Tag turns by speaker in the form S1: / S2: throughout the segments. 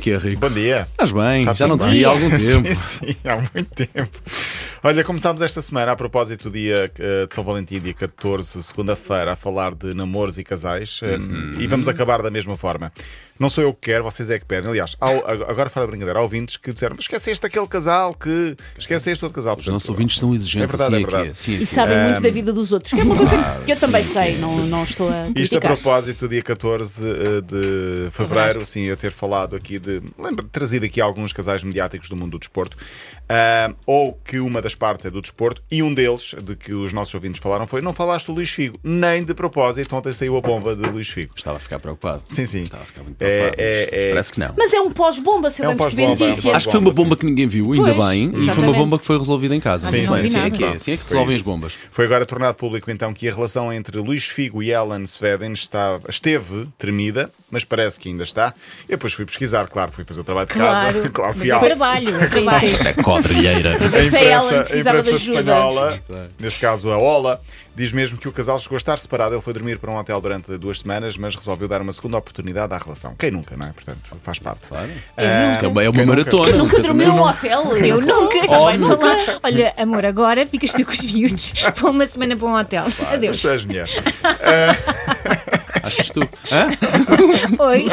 S1: que é, Rico?
S2: Bom dia.
S1: Estás bem?
S2: Tá
S1: Já não te
S2: tudo
S1: vi
S2: bem?
S1: há algum tempo.
S2: sim, sim, há muito tempo. Olha, começámos esta semana a propósito do dia eh, de São Valentim, dia 14, segunda-feira, a falar de namoros e casais eh, e vamos
S1: Uhum.
S2: acabar da mesma forma. Não sou eu que quero, vocês é que pedem. Aliás, há- agora fora da brincadeira, há ouvintes que disseram: "Mas esqueceste aquele casal que. Esqueceste outro casal.
S1: Os nossos ouvintes são exigentes,
S2: É verdade,
S1: assim
S2: é
S1: é, que é.
S2: verdade.
S1: Sim é que
S3: E
S1: é.
S3: sabem muito da vida dos outros, que é uma coisa que eu também sei, não, não estou a
S2: Isto a
S3: criticar.
S2: propósito, dia 14 eh, de fevereiro, sim, eu ter falado aqui de. Lembro, trazido aqui alguns casais mediáticos do mundo do desporto, ah, ou que uma das partes é do desporto, e um deles, de que os nossos ouvintes falaram, foi: não falaste do Luís Figo, nem de propósito, ontem saiu a bomba de Luís Figo.
S1: Estava a ficar preocupado.
S2: Sim, sim.
S1: Estava a ficar muito
S2: É,
S1: preocupado. mas-
S2: é,
S1: mas
S2: é.
S1: Parece que não.
S3: Mas é um pós-bomba, se eu
S2: É um
S3: bem percebi
S2: pós-bomba, é
S3: a
S2: um
S3: notícia.
S2: pós-bomba.
S1: Acho que foi uma bomba que ninguém viu, ainda
S3: Pois,
S1: bem, e foi uma
S3: exatamente.
S1: bomba que foi resolvida em casa.
S3: Sim,
S1: Muito bem,
S3: sim,
S1: assim é
S3: sim.
S1: que é, assim é que
S2: Foi
S1: resolvem as
S2: isso.
S1: bombas.
S2: Foi agora tornado público então que a relação entre Luís Figo e Ellen Sveden está, esteve tremida, mas parece que ainda está. Eu depois fui pesquisar, claro, fui fazer o trabalho de casa.
S4: Claro,
S2: Claro,
S4: mas
S2: fui
S4: é
S2: ao-
S4: trabalho, é trabalho.
S1: Esta codrilheira.
S2: A
S3: Mas é ela que
S2: imprensa, a
S3: precisava de
S2: imprensa
S3: ajuda.
S2: espanhola, neste caso a Ola, diz mesmo que o casal chegou a estar separado. Ele foi dormir para um hotel durante duas semanas, mas resolveu dar uma segunda oportunidade à relação. Quem nunca, não é? Portanto, faz parte.
S1: Claro.
S4: Eu
S1: É
S4: nunca,
S1: uma, é uma
S2: Quem nunca-
S1: maratona. um
S3: Nunca dormiu
S1: casamento.
S3: num hotel?
S4: eu nunca
S2: Oh,
S3: Também
S4: desculpa lá. Olha, amor, agora ficas tu com os miúdos para uma semana para um hotel. Adeus.
S2: Tu és mulher.
S1: Achas tu? Hã?
S4: Oi.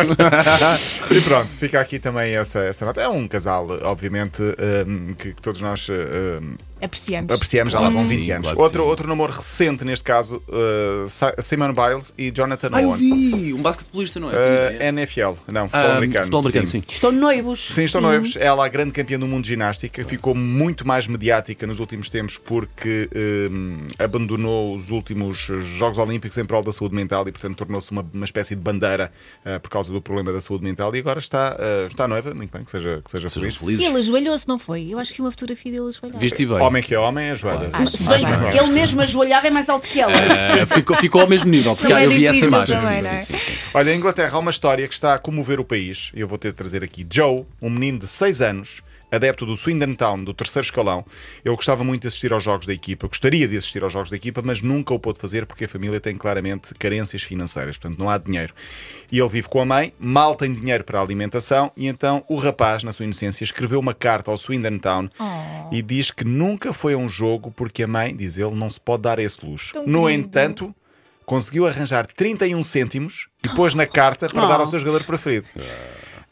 S2: E pronto, fica aqui também essa, essa nota. É um casal, obviamente, hum, que, que todos nós hum,
S4: Apreciamos.
S2: apreciamos, já lá vão
S1: Sim,
S2: 20 anos.
S1: claro que
S2: Outro,
S1: sim.
S2: outro namoro recente, neste caso, uh, Sa- Simon Biles e Jonathan
S1: Ah, eu
S2: Owens.
S1: vi! Um basquetebolista, não é? Também
S2: Uh,
S1: tem.
S2: NFL, não, futebol
S1: Ah,
S2: americano.
S1: Futebol americano, sim.
S3: Estou noivos.
S2: Sim, estão noivos. Ela, a grande campeã do mundo de ginástica, ficou muito mais mediática nos últimos tempos porque hum, abandonou os últimos Jogos Olímpicos em prol da saúde mental e, portanto, tornou-se uma, uma espécie de bandeira ah, por causa do problema da saúde mental e agora está, ah, está noiva. Muito bem, que seja, que seja
S1: Sejam
S2: feliz.
S4: E
S1: felizes.
S4: ele ajoelhou-se, não foi? Eu acho que uma fotografia dele ajoelhou.
S1: Viste e bem.
S2: Homem que é homem, é joelha.
S1: Claro.
S3: Se
S4: Acho que
S3: bem,
S4: bem.
S1: bem.
S3: ele mesmo ajoelhado é mais alto que ela.
S1: Ah, ficou, ficou ao mesmo nível, porque
S4: Não é
S1: eu vi essa
S4: difícil
S1: imagem. Sim,
S4: também, não
S1: sim, sim,
S4: é?
S1: sim.
S2: Olha, em Inglaterra há uma história que está a comover o país. Eu vou ter de trazer aqui Joe, um menino de 6 anos, adepto do Swindon Town, do terceiro escalão. Ele gostava muito de assistir aos jogos da equipa, gostaria de assistir aos jogos da equipa, mas nunca o pôde fazer porque a família tem claramente carências financeiras, portanto não há dinheiro. E ele vive com a mãe, mal tem dinheiro para a alimentação, e então o rapaz, na sua inocência, escreveu uma carta ao Swindon Town e diz que nunca foi a um jogo porque a mãe, diz ele, não se pode dar esse luxo.
S4: Tão
S2: no
S4: querido.
S2: entanto, conseguiu arranjar 31 cêntimos e pôs na carta para
S3: Oh.
S2: dar ao seu jogador preferido.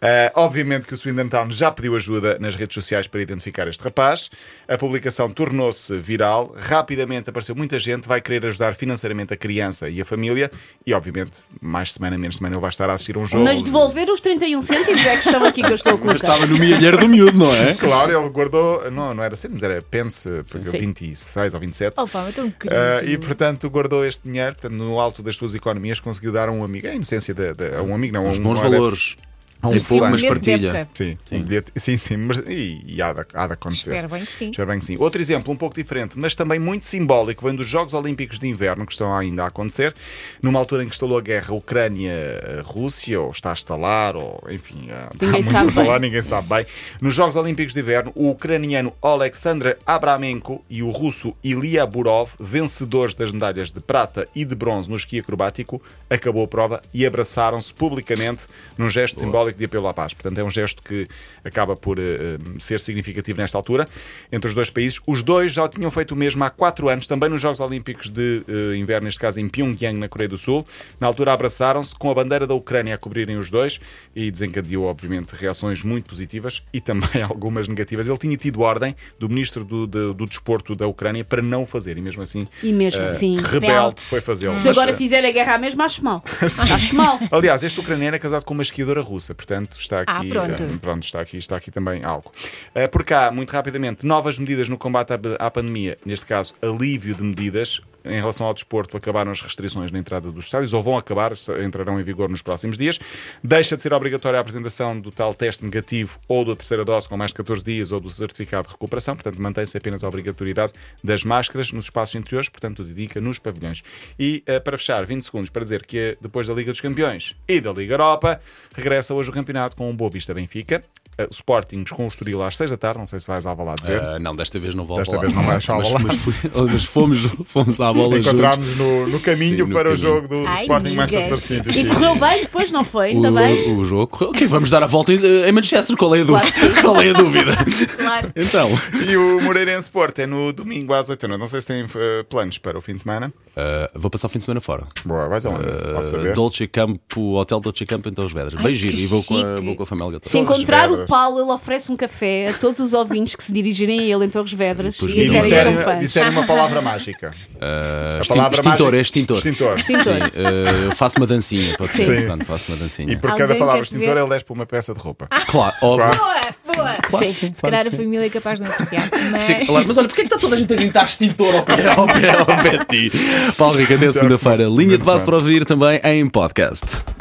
S2: Ah, obviamente que o Swindon Town já pediu ajuda nas redes sociais para identificar este rapaz. A publicação tornou-se viral. Rapidamente apareceu muita gente, vai querer ajudar financeiramente a criança e a família. E, obviamente, mais semana, menos semana, ele vai estar a assistir a um jogo.
S3: Mas devolver os 31 cêntimos é a questão aqui que eu estou a
S1: Mas
S3: colocar.
S1: estava no milheiro do miúdo, não é?
S2: Claro, ele guardou. Não, não era cêntimos, era pence, porque
S3: Sim.
S2: 26 ou 27.
S4: Opa, mas é um tão querido.
S2: Ah, e portanto guardou este dinheiro portanto, no alto das suas economias conseguiu dar a um amigo a inocência de, de- a um amigo não a
S1: Uns
S2: um,
S1: bons
S2: um adepto.
S1: valores.
S2: a um
S4: Parecia
S2: fulano.
S4: um
S1: mas
S4: bilhete de
S1: partilha.
S4: época.
S2: Sim, um bilhete- sim, sim, mas e, e há, de, há de acontecer.
S4: Espero bem que sim.
S2: Espero bem que sim. Outro exemplo, um pouco diferente, mas também muito simbólico, vem dos Jogos Olímpicos de Inverno que estão ainda a acontecer, numa altura em que estalou a guerra Ucrânia-Rússia, ou está a estalar, ou enfim, há, há
S3: Ninguém
S2: muito
S3: sabe
S2: a falar,
S3: bem.
S2: ninguém sabe bem. Nos Jogos Olímpicos de Inverno, o ucraniano Oleksandr Abramenko e o russo Ilya Burov, vencedores das medalhas de prata e de bronze no esqui acrobático, acabou a prova e abraçaram-se publicamente num gesto simbólico de apelo à paz. Portanto, é um gesto que acaba por eh, eh, ser significativo nesta altura entre os dois países. Os dois já tinham feito o mesmo há quatro anos, também nos Jogos Olímpicos de eh, Inverno, neste caso em Pyongyang, na Coreia do Sul. Na altura abraçaram-se com a bandeira da Ucrânia a cobrirem os dois e desencadeou, obviamente, reações muito positivas e também algumas negativas. Ele tinha tido ordem do ministro do, do- do Desporto da Ucrânia para não o fazer e mesmo assim,
S3: E mesmo assim.
S2: rebelde, foi fazê-lo.
S3: Se
S2: Mas,
S3: agora
S2: eh,
S3: fizer a guerra à mesma, acho mal. Acho mal.
S2: Aliás, este ucraniano é casado com uma esquiadora russa, portanto está aqui,
S4: Ah, pronto.
S2: eh, pronto, está aqui, está aqui também algo. Eh, Por cá, muito rapidamente, novas medidas no combate à, à pandemia, neste caso, alívio de medidas. Em relação ao desporto, acabaram as restrições na entrada dos estádios, ou vão acabar, entrarão em vigor nos próximos dias. Deixa de ser obrigatória a apresentação do tal teste negativo ou da terceira dose com mais de 14 dias ou do certificado de recuperação, portanto, mantém-se apenas a obrigatoriedade das máscaras nos espaços interiores, portanto, de dica nos pavilhões. E eh, para fechar, 20 segundos para dizer que eh, depois da Liga dos Campeões e da Liga Europa, regressa hoje o campeonato com um Boa Vista Benfica. eh, Sporting com o Estoril às 6 da tarde. Não sei se vais ao Valado ver.
S1: Ah, não, desta vez não vou
S2: Desta
S1: ao
S2: vez não vais ao
S1: Mas,
S2: Alvalade.
S1: mas, fui- mas fomos, fomos à bola juntos.
S2: Encontrámos no, no caminho
S1: Sim, no
S2: para
S1: caminho.
S2: o jogo do
S4: Ai,
S2: Sporting Manchester
S4: migas.
S2: City.
S3: E correu bem, depois não foi? Está bem?
S1: O, o jogo correu. Ok, vamos dar a volta em, em Manchester. Qual é a dúvida? Qual é a dúvida?
S4: Claro.
S1: Então,
S2: E o Moreirense Porto é no domingo às 8 da noite. Não sei se têm eh, planos para o fim de semana.
S1: ah, vou passar o fim de semana fora.
S2: Boa, vais aonde? Posso
S1: Ah,
S2: saber?
S1: Dolce Campo, Hotel Dolce Campo em Torres Vedras.
S4: Ai,
S1: Bem giro.
S4: que
S1: E vou com, a,
S4: chique.
S1: vou com a família toda.
S3: Se
S2: Torres
S3: encontrar o
S2: Vedras.
S3: Paulo, ele oferece um café a todos os ouvintes que se dirigirem a ele em Torres Vedras
S1: Sim,
S3: e
S1: pois
S2: E
S1: Disseram
S3: disserem que são
S2: disserem,
S3: fãs.
S2: disserem uma palavra mágica.
S1: Ah,
S2: A
S1: extin-
S2: palavra
S1: extintor,
S2: mágica-
S1: é extintor.
S2: Extintor.
S1: Sim, ah, eu faço uma dancinha, pode ser.
S2: Sim.
S1: Pronto, faço uma dancinha.
S2: E por
S4: Alguém
S2: cada palavra
S4: quer
S2: extintor,
S4: ver?
S2: ele desce para uma peça de roupa.
S1: Claro, óbvio.
S4: Boa, boa.
S1: Claro,
S4: Se
S1: sim, claro,
S4: calhar a
S1: sim.
S4: família é capaz de não apreciar.
S1: Chega-
S4: Mas.
S1: Olá, mas olha, porquê é que está toda a gente a gritar extintor ao pé, ao pé, ao pé de ti? Paulo Ricardo, segunda-feira, linha de base para ouvir também em podcast.